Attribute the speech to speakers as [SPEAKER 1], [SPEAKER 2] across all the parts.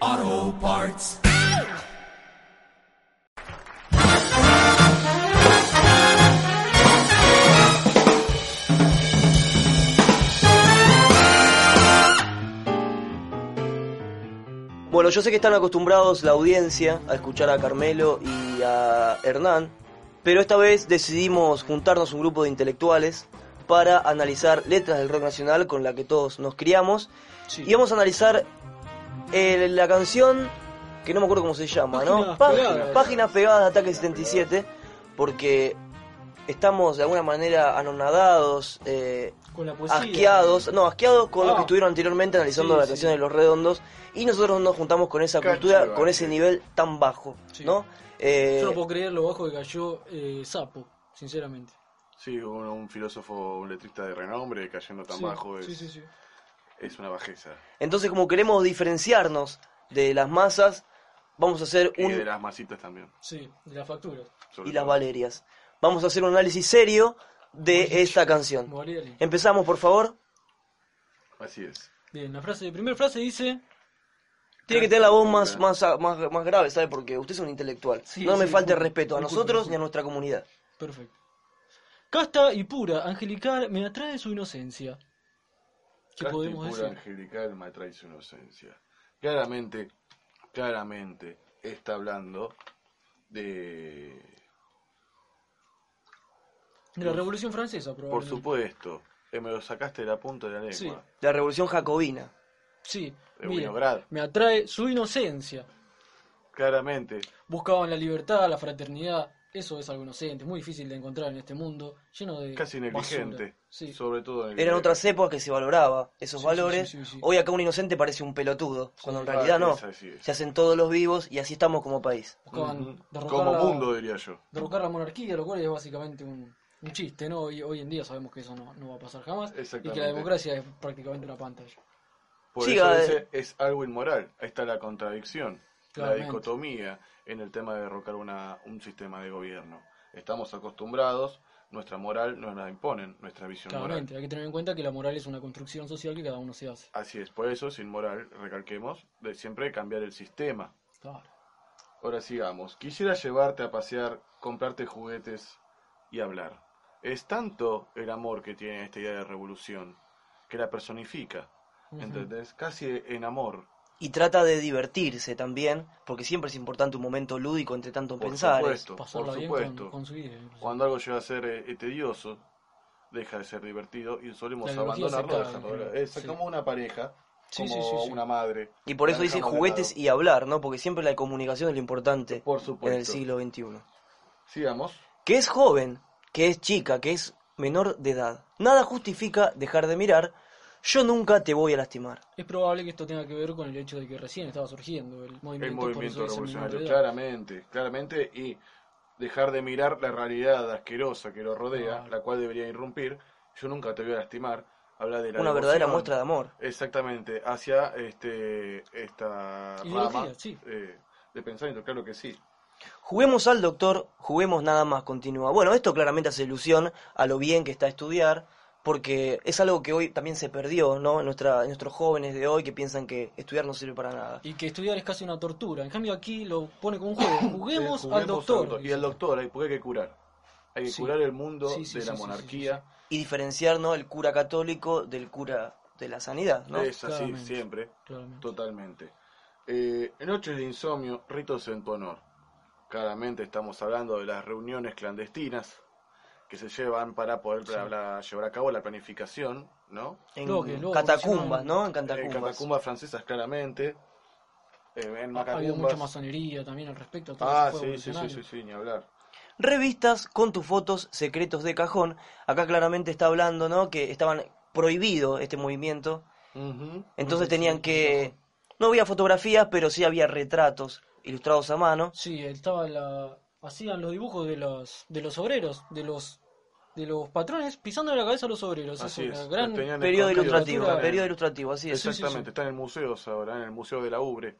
[SPEAKER 1] Auto Parts.
[SPEAKER 2] Bueno, yo sé que están acostumbrados la audiencia a escuchar a Carmelo y a Hernán, pero esta vez decidimos juntarnos un grupo de intelectuales para analizar letras del rock nacional con la que todos nos criamos. Y vamos a analizar eh, la canción, que no me acuerdo cómo se llama, ¿no?
[SPEAKER 3] Páginas
[SPEAKER 2] Pá-
[SPEAKER 3] Pegadas.
[SPEAKER 2] Páginas pegadas de Ataque 77, porque estamos de alguna manera anonadados, eh,
[SPEAKER 3] Con la poesía.
[SPEAKER 2] asqueados, no, asqueados con lo
[SPEAKER 3] Pues Ah.
[SPEAKER 2] que estuvieron anteriormente analizando
[SPEAKER 3] Sí,
[SPEAKER 2] la
[SPEAKER 3] sí.
[SPEAKER 2] canción de Los Redondos y nosotros nos juntamos con esa
[SPEAKER 4] Cacho,
[SPEAKER 2] cultura,
[SPEAKER 4] vale.
[SPEAKER 2] con ese nivel tan bajo,
[SPEAKER 3] Sí.
[SPEAKER 2] ¿no? Eh,
[SPEAKER 3] Yo no puedo creer lo bajo que cayó eh, Sapo, sinceramente.
[SPEAKER 4] Sí, un, un filósofo, un letrista de renombre cayendo tan
[SPEAKER 3] Sí,
[SPEAKER 4] bajo es,
[SPEAKER 3] Sí, sí, sí.
[SPEAKER 4] es una bajeza.
[SPEAKER 2] Entonces, como queremos diferenciarnos de las masas, vamos a hacer
[SPEAKER 4] Y de
[SPEAKER 2] un...
[SPEAKER 4] las masitas también.
[SPEAKER 3] Sí, de las facturas.
[SPEAKER 4] sobre
[SPEAKER 2] y las
[SPEAKER 4] todo.
[SPEAKER 2] valerias. Vamos a hacer un análisis serio de esta canción.
[SPEAKER 3] Vale, dale.
[SPEAKER 2] Empezamos, por favor.
[SPEAKER 4] Así es.
[SPEAKER 3] Bien, la frase, la primera frase dice.
[SPEAKER 2] Tiene que tener la voz más, más, más, más grave, ¿sabe? Porque usted es un intelectual.
[SPEAKER 3] Sí,
[SPEAKER 2] no me
[SPEAKER 3] sí,
[SPEAKER 2] falte
[SPEAKER 3] disculpe,
[SPEAKER 2] respeto a
[SPEAKER 3] disculpe,
[SPEAKER 2] nosotros
[SPEAKER 3] disculpe.
[SPEAKER 2] ni a nuestra comunidad.
[SPEAKER 3] Perfecto. Casta y pura, angelical, me atrae su inocencia. ¿Qué
[SPEAKER 4] Casta y
[SPEAKER 3] podemos
[SPEAKER 4] pura
[SPEAKER 3] decir?
[SPEAKER 4] angelical me atrae su inocencia. Claramente, claramente está hablando de...
[SPEAKER 3] De la Revolución Francesa,
[SPEAKER 4] Por
[SPEAKER 3] probablemente.
[SPEAKER 4] supuesto, eh, me lo sacaste de la punta de la lengua.
[SPEAKER 3] Sí.
[SPEAKER 2] La revolución jacobina.
[SPEAKER 3] Sí,
[SPEAKER 4] De
[SPEAKER 3] mire,
[SPEAKER 4] Winograd.
[SPEAKER 3] me atrae su inocencia.
[SPEAKER 4] Claramente,
[SPEAKER 3] Buscaban la libertad, la fraternidad. Eso es algo inocente, muy difícil de encontrar en este mundo, lleno de.
[SPEAKER 4] casi negligente.
[SPEAKER 3] basura. Sí.
[SPEAKER 4] Sobre todo en el
[SPEAKER 2] Eran otras épocas que se valoraba esos
[SPEAKER 3] Sí, sí,
[SPEAKER 2] valores.
[SPEAKER 3] sí, sí, sí.
[SPEAKER 2] Hoy acá un inocente parece un pelotudo, cuando en
[SPEAKER 4] ah,
[SPEAKER 2] realidad no.
[SPEAKER 4] es así, es.
[SPEAKER 2] Se hacen todos los vivos y así estamos como país.
[SPEAKER 3] Buscaban
[SPEAKER 4] Ujú.
[SPEAKER 3] derrocar
[SPEAKER 4] Mm. Como
[SPEAKER 3] la-
[SPEAKER 4] mundo, eh. diría yo.
[SPEAKER 3] derrocar la monarquía, lo cual es básicamente un, un chiste, ¿no? Hoy, hoy en día sabemos que eso no, no va a pasar jamás y que
[SPEAKER 4] Exactamente.
[SPEAKER 3] la democracia es prácticamente una pantalla.
[SPEAKER 4] Por
[SPEAKER 2] Siga,
[SPEAKER 4] eso
[SPEAKER 2] eh.
[SPEAKER 4] dice, es algo inmoral. Ahí está la contradicción,
[SPEAKER 3] Claramente.
[SPEAKER 4] la dicotomía en el tema de derrocar una, un sistema de gobierno. Estamos acostumbrados, nuestra moral nos la imponen, nuestra visión
[SPEAKER 3] Claramente,
[SPEAKER 4] moral.
[SPEAKER 3] hay que tener en cuenta que la moral es una construcción social que cada uno se hace.
[SPEAKER 4] Así es, por eso, sin moral, recalquemos, de siempre cambiar el sistema.
[SPEAKER 3] Claro.
[SPEAKER 4] Ahora sigamos. Quisiera llevarte a pasear, comprarte juguetes y hablar. Es tanto el amor que tiene esta idea de revolución que la personifica,
[SPEAKER 3] Ujú.
[SPEAKER 4] ¿entendés? Casi en amor.
[SPEAKER 2] Y trata de divertirse también, porque siempre es importante un momento lúdico entre tanto
[SPEAKER 4] Por
[SPEAKER 2] pensar.
[SPEAKER 4] supuesto,
[SPEAKER 3] Pasarla
[SPEAKER 4] por
[SPEAKER 3] bien con-
[SPEAKER 4] supuesto.
[SPEAKER 3] con, su vida. incluso.
[SPEAKER 4] Cuando algo llega a ser eh, eh, tedioso, deja de ser divertido y
[SPEAKER 3] La
[SPEAKER 4] solemos
[SPEAKER 3] biología se
[SPEAKER 4] abandonarlo.
[SPEAKER 3] cae,
[SPEAKER 4] dejarlo.
[SPEAKER 3] claro.
[SPEAKER 4] Es
[SPEAKER 3] Sí.
[SPEAKER 4] como una pareja,
[SPEAKER 3] Sí,
[SPEAKER 4] como
[SPEAKER 3] sí, sí, sí.
[SPEAKER 4] una madre.
[SPEAKER 2] Y por
[SPEAKER 4] La
[SPEAKER 2] eso dice
[SPEAKER 4] dejamos de
[SPEAKER 2] juguetes
[SPEAKER 4] lado.
[SPEAKER 2] y hablar, ¿no? Porque siempre la comunicación es lo importante
[SPEAKER 4] Por
[SPEAKER 2] en
[SPEAKER 4] supuesto.
[SPEAKER 2] el siglo XXI.
[SPEAKER 4] Sigamos.
[SPEAKER 2] Que es joven, que es chica, que es menor de edad. Nada justifica dejar de mirar. Yo nunca te voy a lastimar.
[SPEAKER 3] Es probable que esto tenga que ver con el hecho de que recién estaba surgiendo el movimiento,
[SPEAKER 4] El
[SPEAKER 3] por eso
[SPEAKER 4] movimiento
[SPEAKER 3] es el menor de
[SPEAKER 4] revolucionario,
[SPEAKER 3] edad.
[SPEAKER 4] claramente, claramente. Y dejar de mirar la realidad asquerosa que lo rodea,
[SPEAKER 3] Claro.
[SPEAKER 4] la cual debería irrumpir. Yo nunca te voy a lastimar. Habla de la
[SPEAKER 2] Una verdadera
[SPEAKER 4] devoción.
[SPEAKER 2] muestra de amor.
[SPEAKER 4] Exactamente, hacia este, esta
[SPEAKER 3] Ideología,
[SPEAKER 4] rama
[SPEAKER 3] sí.
[SPEAKER 4] eh, de pensamiento, claro que sí.
[SPEAKER 2] Juguemos al doctor, juguemos nada más, continúa. Bueno, esto claramente hace ilusión a lo bien que está estudiar, porque es algo que hoy también se perdió, ¿no? En nuestra, en nuestros jóvenes de hoy que piensan que estudiar no sirve para nada.
[SPEAKER 3] Y que estudiar es casi una tortura. En cambio aquí lo pone como un juego. Juguemos,
[SPEAKER 4] Eh,
[SPEAKER 3] al doctor.
[SPEAKER 4] Y al doctor, hay, porque hay que curar. Hay que
[SPEAKER 3] Sí.
[SPEAKER 4] curar el mundo
[SPEAKER 3] Sí, sí,
[SPEAKER 4] de
[SPEAKER 3] sí,
[SPEAKER 4] la
[SPEAKER 3] sí,
[SPEAKER 4] monarquía.
[SPEAKER 2] Y diferenciar, ¿no? El cura católico del cura de la sanidad, ¿no?
[SPEAKER 4] Es así
[SPEAKER 3] Claramente.
[SPEAKER 4] siempre,
[SPEAKER 3] Claramente.
[SPEAKER 4] totalmente. Eh, noches de insomnio, ritos en tu honor. Claramente estamos hablando de las reuniones clandestinas que se llevan para poder
[SPEAKER 3] Sí.
[SPEAKER 4] hablar- llevar a cabo la planificación, ¿no?
[SPEAKER 2] En
[SPEAKER 3] Lo que- lo que
[SPEAKER 2] catacumbas,
[SPEAKER 3] mencionaban-
[SPEAKER 2] ¿no? En
[SPEAKER 4] En
[SPEAKER 2] catacumbas.
[SPEAKER 4] Eh, catacumbas francesas, claramente. Eh, en
[SPEAKER 3] Ha habido mucha
[SPEAKER 4] macacumbas.
[SPEAKER 3] masonería también al respecto. todo
[SPEAKER 4] Ah,
[SPEAKER 3] ese juego
[SPEAKER 4] sí, sí, sí,
[SPEAKER 3] revolucionario.
[SPEAKER 4] sí, sí, ni hablar.
[SPEAKER 2] Revistas con tus fotos, secretos de cajón. Acá claramente está hablando, ¿no? Que estaban prohibido este movimiento.
[SPEAKER 4] Ujú.
[SPEAKER 2] Entonces
[SPEAKER 3] Sí,
[SPEAKER 2] tenían
[SPEAKER 3] sí,
[SPEAKER 2] que... No había fotografías, pero sí había retratos ilustrados a mano.
[SPEAKER 3] Sí, estaba la. Hacían los dibujos de los, de los obreros, de los de los patrones pisando la cabeza a los obreros.
[SPEAKER 4] Así
[SPEAKER 3] es una
[SPEAKER 4] es,
[SPEAKER 3] gran.
[SPEAKER 4] lo tenían en el
[SPEAKER 2] Periodo
[SPEAKER 4] contexto.
[SPEAKER 2] ilustrativo,
[SPEAKER 3] Ilustratura.
[SPEAKER 2] periodo ilustrativo, así es.
[SPEAKER 3] Sí, sí, sí.
[SPEAKER 4] Exactamente, está en el museo ahora, en el Museo de la Ubre.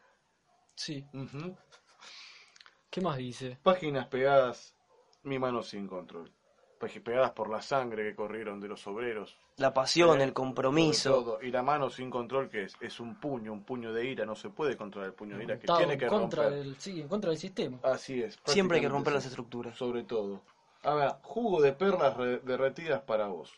[SPEAKER 3] Sí.
[SPEAKER 4] Ujú.
[SPEAKER 3] ¿Qué más dice?
[SPEAKER 4] Páginas pegadas, mi mano sin control. Páginas pegadas por la sangre que corrieron de los obreros.
[SPEAKER 2] La pasión,
[SPEAKER 4] Eh,
[SPEAKER 2] el compromiso.
[SPEAKER 4] sobre todo. Y la mano sin control, que es, es un puño, un puño de ira, no se puede controlar el puño de ira, que
[SPEAKER 3] Estaba
[SPEAKER 4] tiene
[SPEAKER 3] en
[SPEAKER 4] que
[SPEAKER 3] contra
[SPEAKER 4] romper.
[SPEAKER 3] del, sí, en contra del sistema.
[SPEAKER 4] Así es.
[SPEAKER 2] Siempre hay que
[SPEAKER 4] prácticamente
[SPEAKER 2] romper las
[SPEAKER 4] sí.
[SPEAKER 2] estructuras.
[SPEAKER 4] Sobre todo. Ahora, jugo de perlas re- derretidas para vos.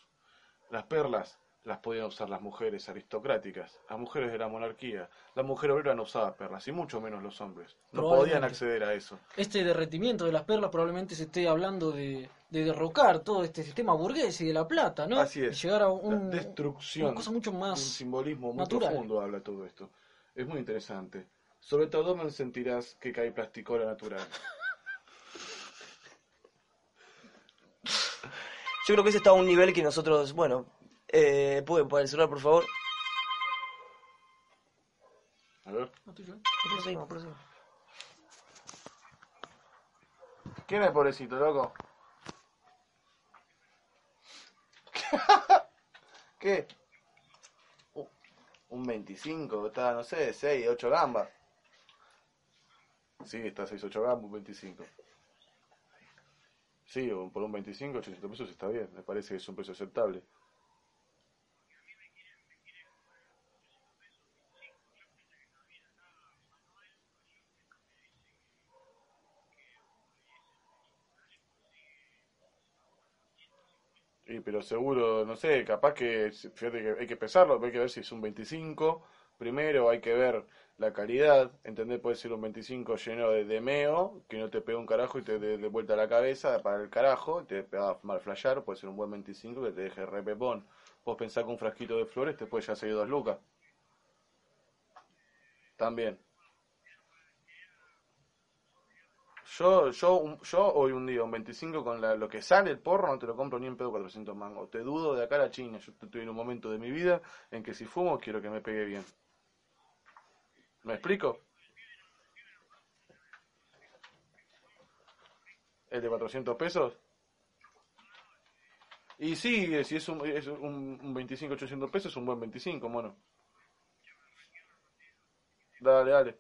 [SPEAKER 4] Las perlas las podían usar las mujeres aristocráticas, las mujeres de la monarquía. La mujer obrera no usaba perlas, y mucho menos los hombres. No
[SPEAKER 3] Probablemente.
[SPEAKER 4] podían acceder a eso.
[SPEAKER 3] Este derretimiento de las perlas probablemente se esté hablando de, de derrocar todo este sistema burgués y de la plata, ¿no?
[SPEAKER 4] Así es.
[SPEAKER 3] Y llegar a
[SPEAKER 4] La
[SPEAKER 3] un,
[SPEAKER 4] destrucción.
[SPEAKER 3] una cosa mucho
[SPEAKER 4] un
[SPEAKER 3] más.
[SPEAKER 4] simbolismo muy
[SPEAKER 3] natural.
[SPEAKER 4] profundo habla todo esto. Es muy interesante. Sobre todo me sentirás que cae plasticola natural.
[SPEAKER 2] Yo creo que ese está a un nivel que nosotros, bueno, eh, pueden poner el celular, por favor.
[SPEAKER 4] A ver.
[SPEAKER 2] Próximo, próximo.
[SPEAKER 4] ¿Quién es pobrecito, loco? ¿Qué? Uh, Un 25, está, no sé, 6, 8 gambas. Sí, está 6, 8 gambas, un 25. Sí, un- por un 25, 800 pesos está bien, me parece que es un precio aceptable. Y, pero seguro, no sé, capaz que, fíjate que hay que pesarlo, hay que ver si es un 25. Primero hay que ver la calidad, entender, puede ser un 25 lleno de, de meo, que no te pega un carajo y te dé de vuelta la cabeza para el carajo, y te pega mal flashear, puede ser un buen 25 que te deje re pepón. Vos pensás que un frasquito de flores te puede ya salir dos lucas. También. Yo, yo, un- yo hoy un día, un 25 con la- lo que sale el porro, no te lo compro ni en pedo 400 mangos. Te dudo de acá a la China. Yo estoy en un momento de mi vida en que si fumo quiero que me pegue bien. ¿Me explico? ¿El de 400 pesos? Y sí, eh, si es un, es un, un 25, 800 pesos, es un buen 25, mono. Dale, dale.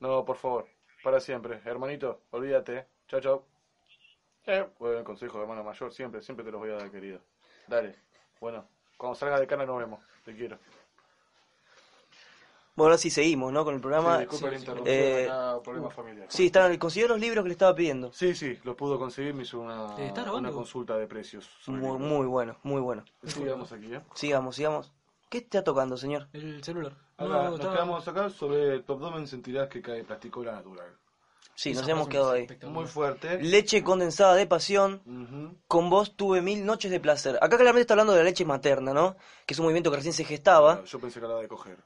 [SPEAKER 4] No, por favor, para siempre. Hermanito, olvídate. ¿eh? Chao, chao. Eh, buen consejo de hermano mayor, siempre, siempre te los voy a dar, querido. Dale, bueno, cuando salga de cana nos vemos. Te quiero.
[SPEAKER 2] Bueno, ahora sí seguimos, ¿no? Con el programa.
[SPEAKER 4] Sí, disculpa la
[SPEAKER 2] sí,
[SPEAKER 4] interrupción,
[SPEAKER 2] Eh,
[SPEAKER 4] acá, problemas familiares.
[SPEAKER 2] Sí, están, consiguió los libros que le estaba pidiendo.
[SPEAKER 4] Sí, sí, lo pudo conseguir, me hizo una,
[SPEAKER 3] ¿Te Eh, está grabando?
[SPEAKER 4] una consulta de precios. sobre
[SPEAKER 2] Muy,
[SPEAKER 4] libros.
[SPEAKER 2] muy bueno, muy bueno.
[SPEAKER 4] Sigamos aquí, ¿eh?
[SPEAKER 2] Sigamos, sigamos. ¿Qué está tocando, señor?
[SPEAKER 3] El celular.
[SPEAKER 4] Ahora nos
[SPEAKER 3] estaba-
[SPEAKER 4] quedamos acá sobre tu abdomen sentirás que cae plasticola natural.
[SPEAKER 2] Sí,
[SPEAKER 3] esa
[SPEAKER 2] nos hemos
[SPEAKER 3] frase
[SPEAKER 2] quedado
[SPEAKER 3] es
[SPEAKER 2] ahí.
[SPEAKER 3] espectacular.
[SPEAKER 4] Muy fuerte.
[SPEAKER 2] Leche condensada de pasión.
[SPEAKER 4] Ujú.
[SPEAKER 2] Con vos tuve mil noches de placer. Acá claramente está hablando de la leche materna, ¿no? Que es un movimiento que recién se gestaba.
[SPEAKER 4] Yo pensé que hablaba de coger.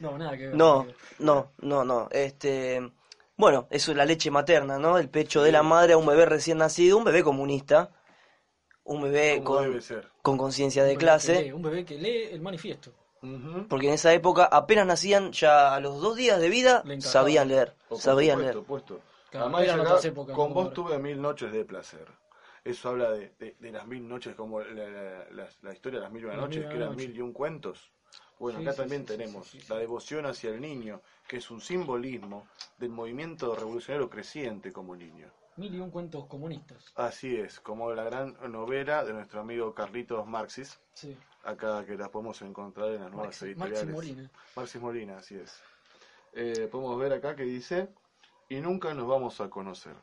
[SPEAKER 3] No, nada que ver. nada
[SPEAKER 2] No,
[SPEAKER 3] que ver.
[SPEAKER 2] no, no, no. Este, bueno, eso es la leche materna, ¿no? El pecho de la madre a un bebé recién nacido, un bebé comunista, un bebé
[SPEAKER 4] Como debe
[SPEAKER 2] con
[SPEAKER 4] ser.
[SPEAKER 2] con conciencia de
[SPEAKER 3] Un bebé que lee,
[SPEAKER 2] clase,
[SPEAKER 3] un bebé que lee el manifiesto.
[SPEAKER 4] Ujú.
[SPEAKER 2] porque en esa época apenas nacían, ya a los dos días de vida
[SPEAKER 3] Le encajaba.
[SPEAKER 2] sabían leer,
[SPEAKER 4] O, Oh, por
[SPEAKER 2] sabían
[SPEAKER 4] supuesto,
[SPEAKER 2] leer.
[SPEAKER 4] puesto.
[SPEAKER 3] Claro,
[SPEAKER 4] Además,
[SPEAKER 3] eran
[SPEAKER 4] dice
[SPEAKER 3] otras
[SPEAKER 4] acá,
[SPEAKER 3] épocas,
[SPEAKER 4] con
[SPEAKER 3] ¿no?
[SPEAKER 4] vos
[SPEAKER 3] Ahora.
[SPEAKER 4] tuve mil noches de placer. Eso habla de, de- de las mil noches, como la, la- la- la historia de las mil y una
[SPEAKER 3] Las mil y
[SPEAKER 4] noches,
[SPEAKER 3] una
[SPEAKER 4] que eran
[SPEAKER 3] noches.
[SPEAKER 4] mil y un cuentos. Bueno,
[SPEAKER 3] Sí,
[SPEAKER 4] acá
[SPEAKER 3] sí,
[SPEAKER 4] también
[SPEAKER 3] sí, sí,
[SPEAKER 4] tenemos
[SPEAKER 3] sí, sí, sí.
[SPEAKER 4] la devoción hacia el niño, que es un simbolismo del movimiento revolucionario creciente como niño.
[SPEAKER 3] Mil y un cuentos comunistas.
[SPEAKER 4] Así es, como la gran novela de nuestro amigo Carlitos Marxis,
[SPEAKER 3] Sí.
[SPEAKER 4] acá que la podemos encontrar en las nuevas
[SPEAKER 3] Maxi-
[SPEAKER 4] editoriales.
[SPEAKER 3] Maxi Molina.
[SPEAKER 4] Maxi Molina, así es. Eh, podemos ver acá que dice, y nunca nos vamos a conocer.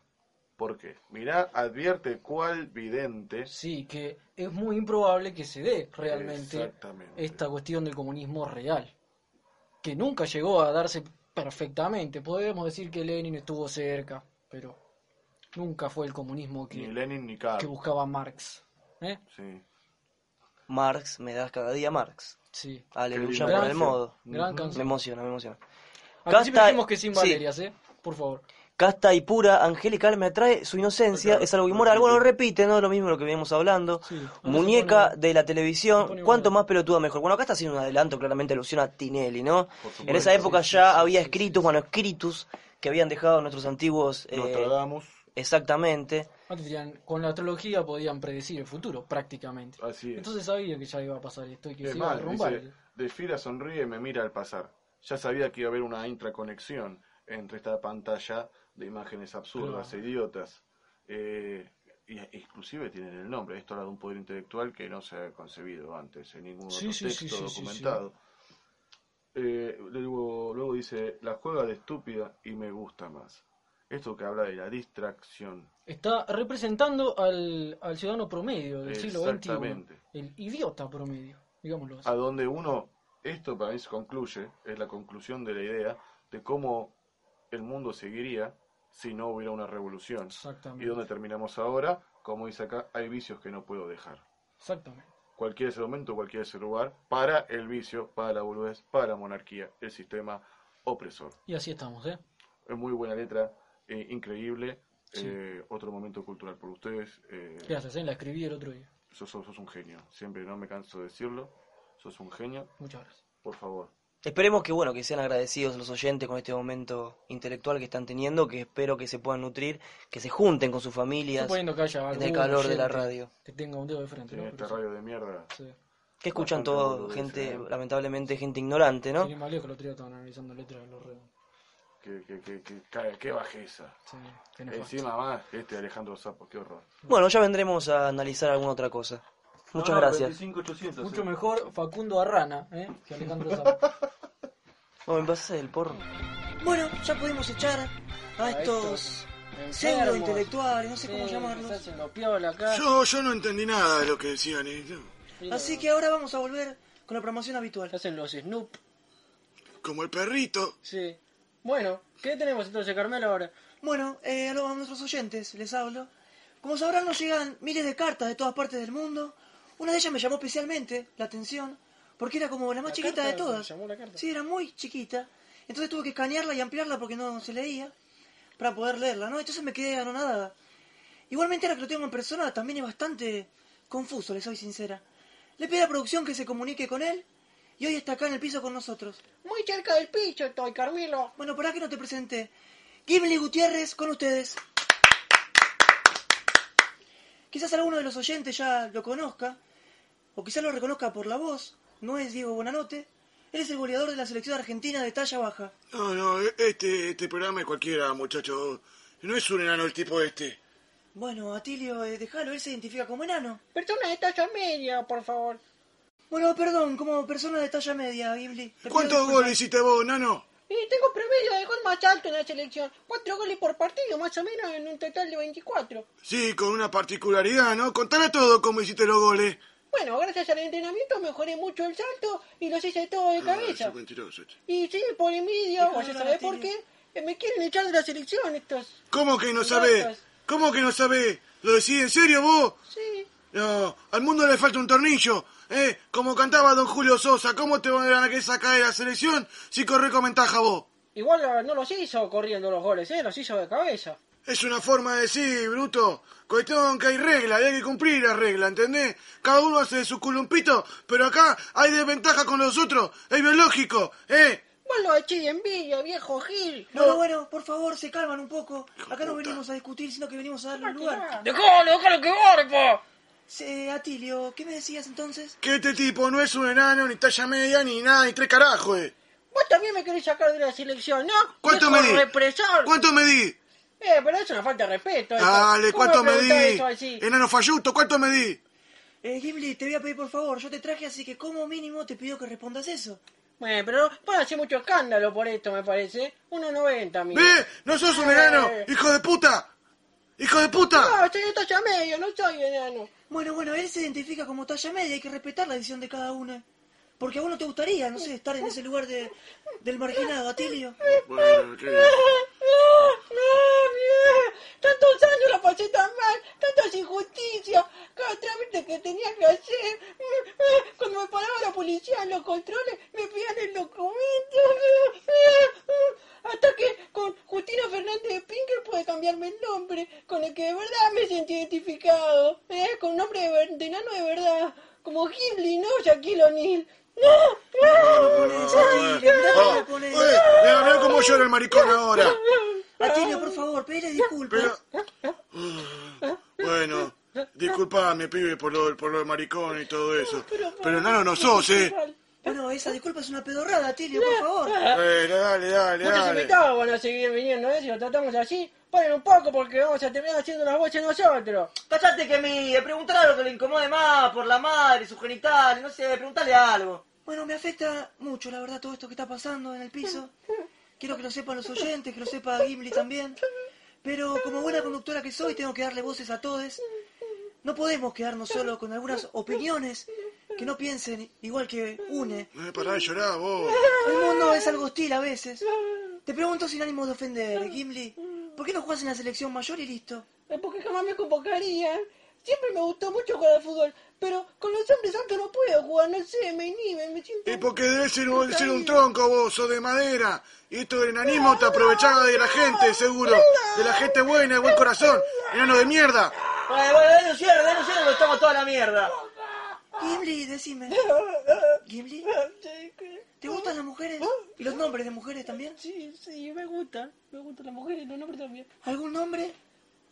[SPEAKER 4] ¿Por qué? Mirá, advierte cuál vidente
[SPEAKER 3] Sí, que es muy improbable que se dé realmente
[SPEAKER 4] Exactamente.
[SPEAKER 3] esta cuestión del comunismo real, que nunca llegó a darse perfectamente. Podemos decir que Lenin estuvo cerca, pero nunca fue el comunismo
[SPEAKER 4] ni
[SPEAKER 3] que,
[SPEAKER 4] Lenin ni Karl.
[SPEAKER 3] que buscaba Marx. ¿Eh?
[SPEAKER 4] Sí.
[SPEAKER 2] Marx, me das cada día Marx.
[SPEAKER 3] Sí.
[SPEAKER 2] Aleluya
[SPEAKER 4] lindo
[SPEAKER 2] por el
[SPEAKER 3] canción.
[SPEAKER 2] modo.
[SPEAKER 3] Gran
[SPEAKER 4] Ujú.
[SPEAKER 2] Me
[SPEAKER 3] canción.
[SPEAKER 2] emociona, me emociona.
[SPEAKER 3] Al principio
[SPEAKER 2] Casta-
[SPEAKER 3] dijimos que sin
[SPEAKER 2] sí.
[SPEAKER 3] Valerias, ¿eh? por favor.
[SPEAKER 5] Casta y pura, angelical me atrae su inocencia,
[SPEAKER 4] Claro,
[SPEAKER 5] es algo
[SPEAKER 4] lo
[SPEAKER 5] inmoral. Bueno, lo
[SPEAKER 4] repite.
[SPEAKER 5] repite, ¿no? Lo mismo de lo que veníamos hablando.
[SPEAKER 3] Sí, ahora se
[SPEAKER 5] Muñeca
[SPEAKER 3] pone-
[SPEAKER 5] de la
[SPEAKER 3] se
[SPEAKER 5] televisión,
[SPEAKER 3] pone
[SPEAKER 5] cuanto
[SPEAKER 3] bueno.
[SPEAKER 5] más pelotuda mejor. Bueno, acá está haciendo un adelanto, claramente alusión a Tinelli, ¿no?
[SPEAKER 4] Por supuesto,
[SPEAKER 5] En esa época
[SPEAKER 3] sí,
[SPEAKER 5] ya
[SPEAKER 3] sí,
[SPEAKER 5] había
[SPEAKER 3] sí, sí,
[SPEAKER 5] escritos,
[SPEAKER 3] sí.
[SPEAKER 5] manuscritos que habían dejado nuestros antiguos. eh,
[SPEAKER 4] Nostradamus,
[SPEAKER 5] exactamente.
[SPEAKER 3] Antes tenían- con la astrología podían predecir el futuro, prácticamente.
[SPEAKER 4] así es.
[SPEAKER 3] Entonces sabían que ya iba a pasar esto y que
[SPEAKER 4] Es
[SPEAKER 3] se iba a
[SPEAKER 4] más,
[SPEAKER 3] derrumbar.
[SPEAKER 4] dice, desfila, sonríe y me mira al pasar. Ya sabía que iba a haber una intraconexión entre esta pantalla de imágenes absurdas
[SPEAKER 3] Claro.
[SPEAKER 4] e idiotas. Eh, y- inclusive tienen el nombre. Esto habla de un poder intelectual que no se ha concebido antes en ningún
[SPEAKER 3] Sí,
[SPEAKER 4] otro
[SPEAKER 3] sí,
[SPEAKER 4] texto
[SPEAKER 3] sí, sí, sí, sí.
[SPEAKER 4] documentado. Eh, luego, luego dice, la juega de estúpida y me gusta más. Esto que habla de la distracción.
[SPEAKER 3] Está representando al, al ciudadano promedio del siglo XXI.
[SPEAKER 4] Exactamente. Ah,
[SPEAKER 3] El idiota promedio, digámoslo así.
[SPEAKER 4] a donde uno, esto para mí se concluye, es la conclusión de la idea de cómo el mundo seguiría si no hubiera una revolución. Y
[SPEAKER 3] Exactamente.
[SPEAKER 4] donde terminamos ahora, como dice acá, hay vicios que no puedo dejar.
[SPEAKER 3] Exactamente.
[SPEAKER 4] Cualquiera ese momento, cualquiera ese lugar, para el vicio, para la boludez, para la monarquía, el sistema opresor.
[SPEAKER 3] Y así estamos, ¿eh?
[SPEAKER 4] Es muy buena letra, eh, increíble.
[SPEAKER 3] Sí.
[SPEAKER 4] eh, otro momento cultural por ustedes. eh,
[SPEAKER 3] Gracias, ¿eh? La escribí el otro día.
[SPEAKER 4] sos, sos- sos un genio. Siempre no me canso de decirlo. Sos un genio.
[SPEAKER 3] Muchas gracias.
[SPEAKER 4] Por favor.
[SPEAKER 5] Esperemos que bueno que sean agradecidos los oyentes con este momento intelectual que están teniendo, que espero que se puedan nutrir, que se junten con sus familias,
[SPEAKER 3] Suponiendo que haya
[SPEAKER 5] en
[SPEAKER 3] algún
[SPEAKER 5] el calor de la
[SPEAKER 3] oyente
[SPEAKER 5] radio.
[SPEAKER 3] Que tenga un dedo de frente,
[SPEAKER 4] En
[SPEAKER 3] ¿no?
[SPEAKER 4] eh, esta
[SPEAKER 3] Pero
[SPEAKER 4] este radio de mierda.
[SPEAKER 3] sí, sí.
[SPEAKER 5] Que escuchan
[SPEAKER 4] Bastante
[SPEAKER 5] todo
[SPEAKER 4] boludo,
[SPEAKER 5] gente,
[SPEAKER 4] dice, ¿no?
[SPEAKER 5] lamentablemente gente ignorante, ¿no?
[SPEAKER 3] Sin ir más lejos, el otro día estaban analizando letras de los redondos.
[SPEAKER 4] Qué, qué, qué, qué, ca- qué bajeza.
[SPEAKER 3] Sí, qué nefasto.
[SPEAKER 4] Encima más que este Alejandro Sapo, qué horror.
[SPEAKER 5] Bueno, ya vendremos a analizar alguna otra cosa. Muchas
[SPEAKER 4] Ah,
[SPEAKER 5] gracias.
[SPEAKER 3] Mucho mejor Facundo Arrana, ¿eh? Que Alejandro Zapata.
[SPEAKER 5] Bueno, me pasas el porro. Bueno, ya pudimos echar a estos pseudo intelectuales, no sé cómo llamarlos.
[SPEAKER 3] Los piola acá.
[SPEAKER 6] Yo, yo no entendí nada de lo que decían. eh.
[SPEAKER 5] Así que ahora vamos a volver con la promoción habitual.
[SPEAKER 3] Se hacen los Snoop.
[SPEAKER 6] Como el perrito.
[SPEAKER 3] Sí. Bueno, ¿qué tenemos entonces, Carmelo, ahora?
[SPEAKER 5] Bueno, eh, a, los- a nuestros oyentes les hablo. Como sabrán, nos llegan miles de cartas de todas partes del mundo. Una de ellas me llamó especialmente la atención porque era como la más
[SPEAKER 3] ¿La
[SPEAKER 5] chiquita de
[SPEAKER 3] carta?
[SPEAKER 5] todas.
[SPEAKER 3] ¿Se llamó la carta?
[SPEAKER 5] Sí, era muy chiquita. Entonces tuve que escanearla y ampliarla porque no se leía para poder leerla, ¿no? Entonces me quedé anonadada. Igualmente ahora que lo tengo en persona también es bastante confuso, les soy sincera. Le pedí a la producción que se comunique con él y hoy está acá en el piso con nosotros.
[SPEAKER 3] Muy cerca del picho estoy, Carmelo.
[SPEAKER 5] Bueno, para que no te presenté. Gimli Gutiérrez con ustedes. Quizás alguno de los oyentes ya lo conozca, o quizás lo reconozca por la voz. No es Diego Bonanote. Él es el goleador de la selección argentina de talla baja.
[SPEAKER 6] No, no, e- este, este programa es cualquiera, muchacho. No es un enano el tipo este.
[SPEAKER 5] Bueno, Atilio, eh, déjalo, él se identifica como enano.
[SPEAKER 3] Persona de talla media, por favor.
[SPEAKER 5] Bueno, perdón, como persona de talla media, Gimli. Te pido
[SPEAKER 6] ¿Cuántos
[SPEAKER 5] disculpas.
[SPEAKER 6] goles hiciste vos, nano?
[SPEAKER 3] Y tengo promedio de gol más alto en la selección. Cuatro goles por partido, más o menos, en un total de 24.
[SPEAKER 6] Sí, con una particularidad, ¿no? Contale todo cómo hiciste los goles.
[SPEAKER 3] Bueno, gracias al entrenamiento mejoré mucho el salto y los hice todos de
[SPEAKER 6] Ah,
[SPEAKER 3] cabeza.
[SPEAKER 6] es un mentiroso este.
[SPEAKER 3] Y sí, por envidia,
[SPEAKER 5] Déjalo
[SPEAKER 3] o ya
[SPEAKER 5] hablar,
[SPEAKER 3] sabés por
[SPEAKER 5] Atilio.
[SPEAKER 3] qué, eh, me quieren echar de la selección estos.
[SPEAKER 6] ¿Cómo que no sabés?
[SPEAKER 3] Gracias.
[SPEAKER 6] ¿Cómo que no sabés? ¿Lo decís en serio vos?
[SPEAKER 3] Sí.
[SPEAKER 6] No, al mundo le falta un tornillo. ¿eh? Como cantaba don Julio Sosa, ¿cómo te van a que sacar de la selección si corre con ventaja vos?
[SPEAKER 3] Igual eh, no los hizo corriendo los goles, ¿eh? Los hizo de cabeza.
[SPEAKER 6] Es una forma de decir, bruto. Cuestión que hay regla, y hay que cumplir la regla, ¿entendés? Cada uno hace de su culumpito, pero acá hay desventaja con los otros. Es biológico, ¿eh?
[SPEAKER 3] Vos lo eché de envidia, viejo Gil.
[SPEAKER 5] Bueno, bueno, por favor, se calman un poco. Acá no
[SPEAKER 6] puta.
[SPEAKER 5] venimos a discutir, sino que venimos a darle un lugar.
[SPEAKER 3] ¡Dejalo, dejalo que gorpo!
[SPEAKER 5] Eh, Atilio, ¿qué me decías entonces?
[SPEAKER 6] Que este tipo no es un enano, ni talla media, ni nada, ni tres carajos, ¿eh?
[SPEAKER 3] Vos también me querés sacar de la selección, ¿no?
[SPEAKER 6] ¿Cuánto
[SPEAKER 3] Viejo
[SPEAKER 6] medí?
[SPEAKER 3] represor.
[SPEAKER 6] ¿Cuánto medí?
[SPEAKER 3] Eh, pero es una falta de respeto. eso.
[SPEAKER 6] Dale,
[SPEAKER 3] ¿Cómo
[SPEAKER 6] ¿cuánto
[SPEAKER 3] me
[SPEAKER 6] medí?
[SPEAKER 3] preguntás eso así?
[SPEAKER 6] Enano falluto, ¿cuánto medí?
[SPEAKER 5] Eh, Gimli, te voy a pedir por favor, yo te traje, así que como mínimo te pido que respondas eso.
[SPEAKER 3] Bueno, pero van a hacer mucho escándalo por esto, me parece. 1.90, amigo.
[SPEAKER 6] ¿Ve? ¡No sos un enano!
[SPEAKER 3] Eh.
[SPEAKER 6] ¡Hijo de puta! ¡Hijo de puta!
[SPEAKER 3] No, Ah, estoy de talla media, no soy enano.
[SPEAKER 5] Bueno, bueno, él se identifica como talla media, hay que respetar la decisión de cada uno. Porque a vos no te gustaría, no sé, estar en ese lugar de, del marginado, Atilio.
[SPEAKER 6] Bueno, ¿qué?
[SPEAKER 3] No, no, mira. Tantos años la pasé tan mal, tantas injusticias, cada trámite que tenía que hacer. Cuando me paraba la policía en los controles, me pedían el documento. Hasta que con Ju- Justino Fernández de Pinker puede cambiarme el nombre, con el que de verdad me sentí identificado. ¿eh? Con nombre de, ver- de enano de verdad. Como Gimli, no Shaquille O'Neal. ¡No!
[SPEAKER 4] Ah, ah, eh, mira, mira cómo llora el maricón ahora.
[SPEAKER 5] Atilio, por favor, pedile disculpas.
[SPEAKER 4] Pero. Bueno, disculpame, pibe, por lo, por lo de maricón y todo eso. Pero no, no, no sos, eh.
[SPEAKER 5] Bueno, esa disculpa es una pedorrada, Atilio, por favor.
[SPEAKER 4] Bueno, dale, dale,
[SPEAKER 3] Muchos
[SPEAKER 4] dale.
[SPEAKER 3] invitados van a seguir viniendo, ¿eh? Si lo tratamos así, paren un poco porque vamos a terminar haciendo las voces nosotros.
[SPEAKER 5] Callate que mire, preguntale algo que le incomode más, por la madre, sus genitales, no sé, preguntale algo. Bueno, me afecta mucho, la verdad, todo esto que está pasando en el piso. Quiero que lo sepan los oyentes, que lo sepa Gimli también. Pero como buena conductora que soy, tengo que darle voces a todos. No podemos quedarnos solo con algunas opiniones que no piensen igual que une.
[SPEAKER 4] Eh, pará de llorar, vos.
[SPEAKER 5] El mundo es algo hostil a veces. Te pregunto sin ánimo de ofender, Gimli. ¿Por qué no juegas en la selección mayor y listo?
[SPEAKER 3] Eh, Porque jamás me convocarían. Siempre me gustó mucho jugar al fútbol, pero con los hombres altos no puedo jugar, no sé, me inhiben, me siento...
[SPEAKER 4] Y porque debes ser, un- ser un tronco, vos, sos de madera. Y esto del enanismo te aprovechaba de la gente, seguro. De la gente buena, de buen corazón. Enano de mierda.
[SPEAKER 5] Bueno, bueno, dale un cierre, dale un cierre, porque estamos toda la mierda. Gimli, decime. Gimli,
[SPEAKER 3] Sí, que-
[SPEAKER 5] ¿te gustan las mujeres? ¿Y los nombres de mujeres también?
[SPEAKER 3] Sí, sí, me gusta. Me gustan las mujeres y los hombres también.
[SPEAKER 5] ¿Algún nombre?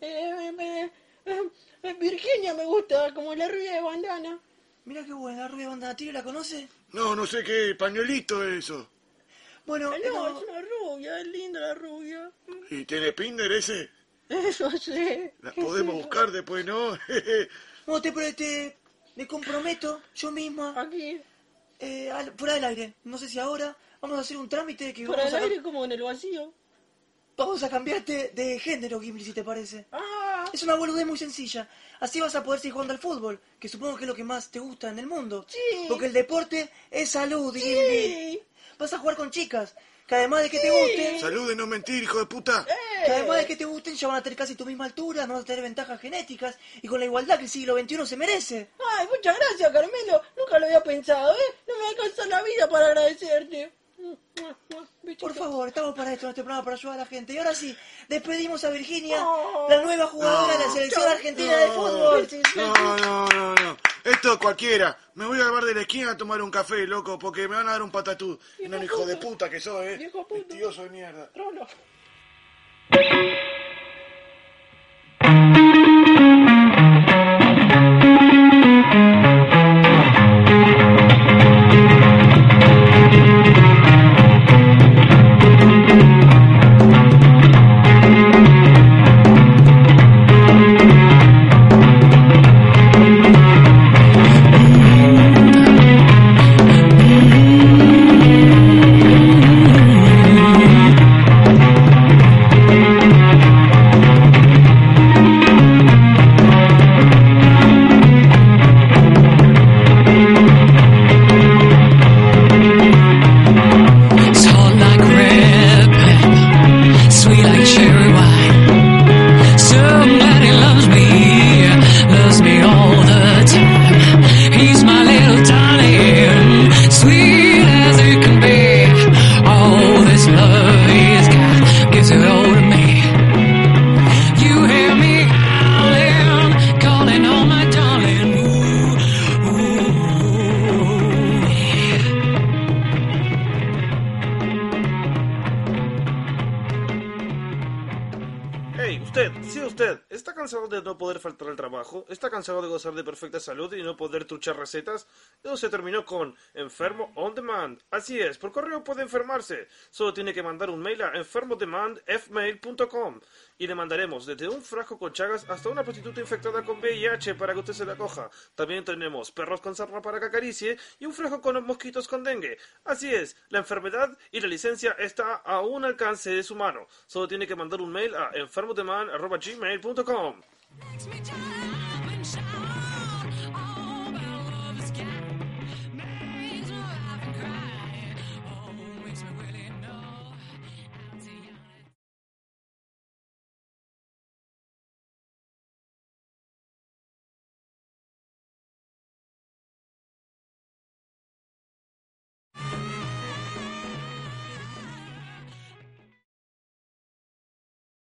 [SPEAKER 3] Eh, me- me- eh, eh, Virginia me gusta, como la rubia de bandana.
[SPEAKER 5] Mira qué buena, rubia banda tiro, ¿la conoce?
[SPEAKER 4] No, no sé qué, pañuelito eso.
[SPEAKER 5] Bueno,
[SPEAKER 3] Ah, No, es
[SPEAKER 5] no.
[SPEAKER 3] una rubia, es linda la rubia.
[SPEAKER 4] ¿Y tiene Pinder ese?
[SPEAKER 3] Eso sé.
[SPEAKER 4] La podemos buscar después, ¿no?
[SPEAKER 5] no te, pre- te me comprometo yo misma,
[SPEAKER 3] Aquí,
[SPEAKER 5] eh, al- fuera del aire. No sé si ahora vamos a hacer un trámite que
[SPEAKER 3] por el
[SPEAKER 5] vamos a,
[SPEAKER 3] aire como en el vacío.
[SPEAKER 5] vamos a cambiarte de género, Gimli, si te parece.
[SPEAKER 3] Ah,
[SPEAKER 5] Es una boludez muy sencilla. Así vas a poder seguir jugando al fútbol, que supongo que es lo que más te gusta en el mundo.
[SPEAKER 3] Sí.
[SPEAKER 5] Porque el deporte es salud, Gimli. Vas a jugar con chicas, que además de que te gusten,
[SPEAKER 4] Salud de no mentir, hijo de puta.
[SPEAKER 5] que además de que te gusten, ya van a tener casi tu misma altura, no vas a tener ventajas genéticas y con la igualdad que el siglo XXI se merece.
[SPEAKER 3] ay, muchas gracias, Carmelo. Nunca lo había pensado, ¿eh? No me alcanza la vida para agradecerte.
[SPEAKER 5] Por favor, estamos para esto en este programa, para ayudar a la gente. Y ahora sí, despedimos a Virginia, la nueva jugadora de la selección argentina de fútbol.
[SPEAKER 4] No, no, no, no. Esto cualquiera. Me voy al bar de la esquina a tomar un café, loco, porque me van a dar un patatú. No, hijo de puta que soy, eh.
[SPEAKER 3] Viejo puto.
[SPEAKER 4] Mentiroso de mierda.
[SPEAKER 3] Trolo.
[SPEAKER 7] Tall like red pepper, sweet like cherry wine. Somebody loves me, loves me all the time. He's my little darling, sweet as it can be. All this love he's got gives it all to me. You hear me howling, calling on my darling. Ooh, ooh, ooh.
[SPEAKER 8] Hey, usted, sí usted, ¿está cansado de no poder faltar al trabajo? ¿Está cansado de gozar de perfecta salud y no poder truchar recetas? Eso se terminó con Enfermo On Demand. Así es, por correo puede enfermarse. Solo tiene que mandar un mail a enfermodemandfmail.com y le mandaremos desde un frasco con chagas hasta una prostituta infectada con VIH para que usted se la coja. También tenemos perros con sarna para que acaricie y un frasco con mosquitos con dengue. Así es, la enfermedad y la licencia está a un alcance de su mano. Solo tiene que mandar un mail a enfermodeman.gmail.com
[SPEAKER 7] Makes me jump and shout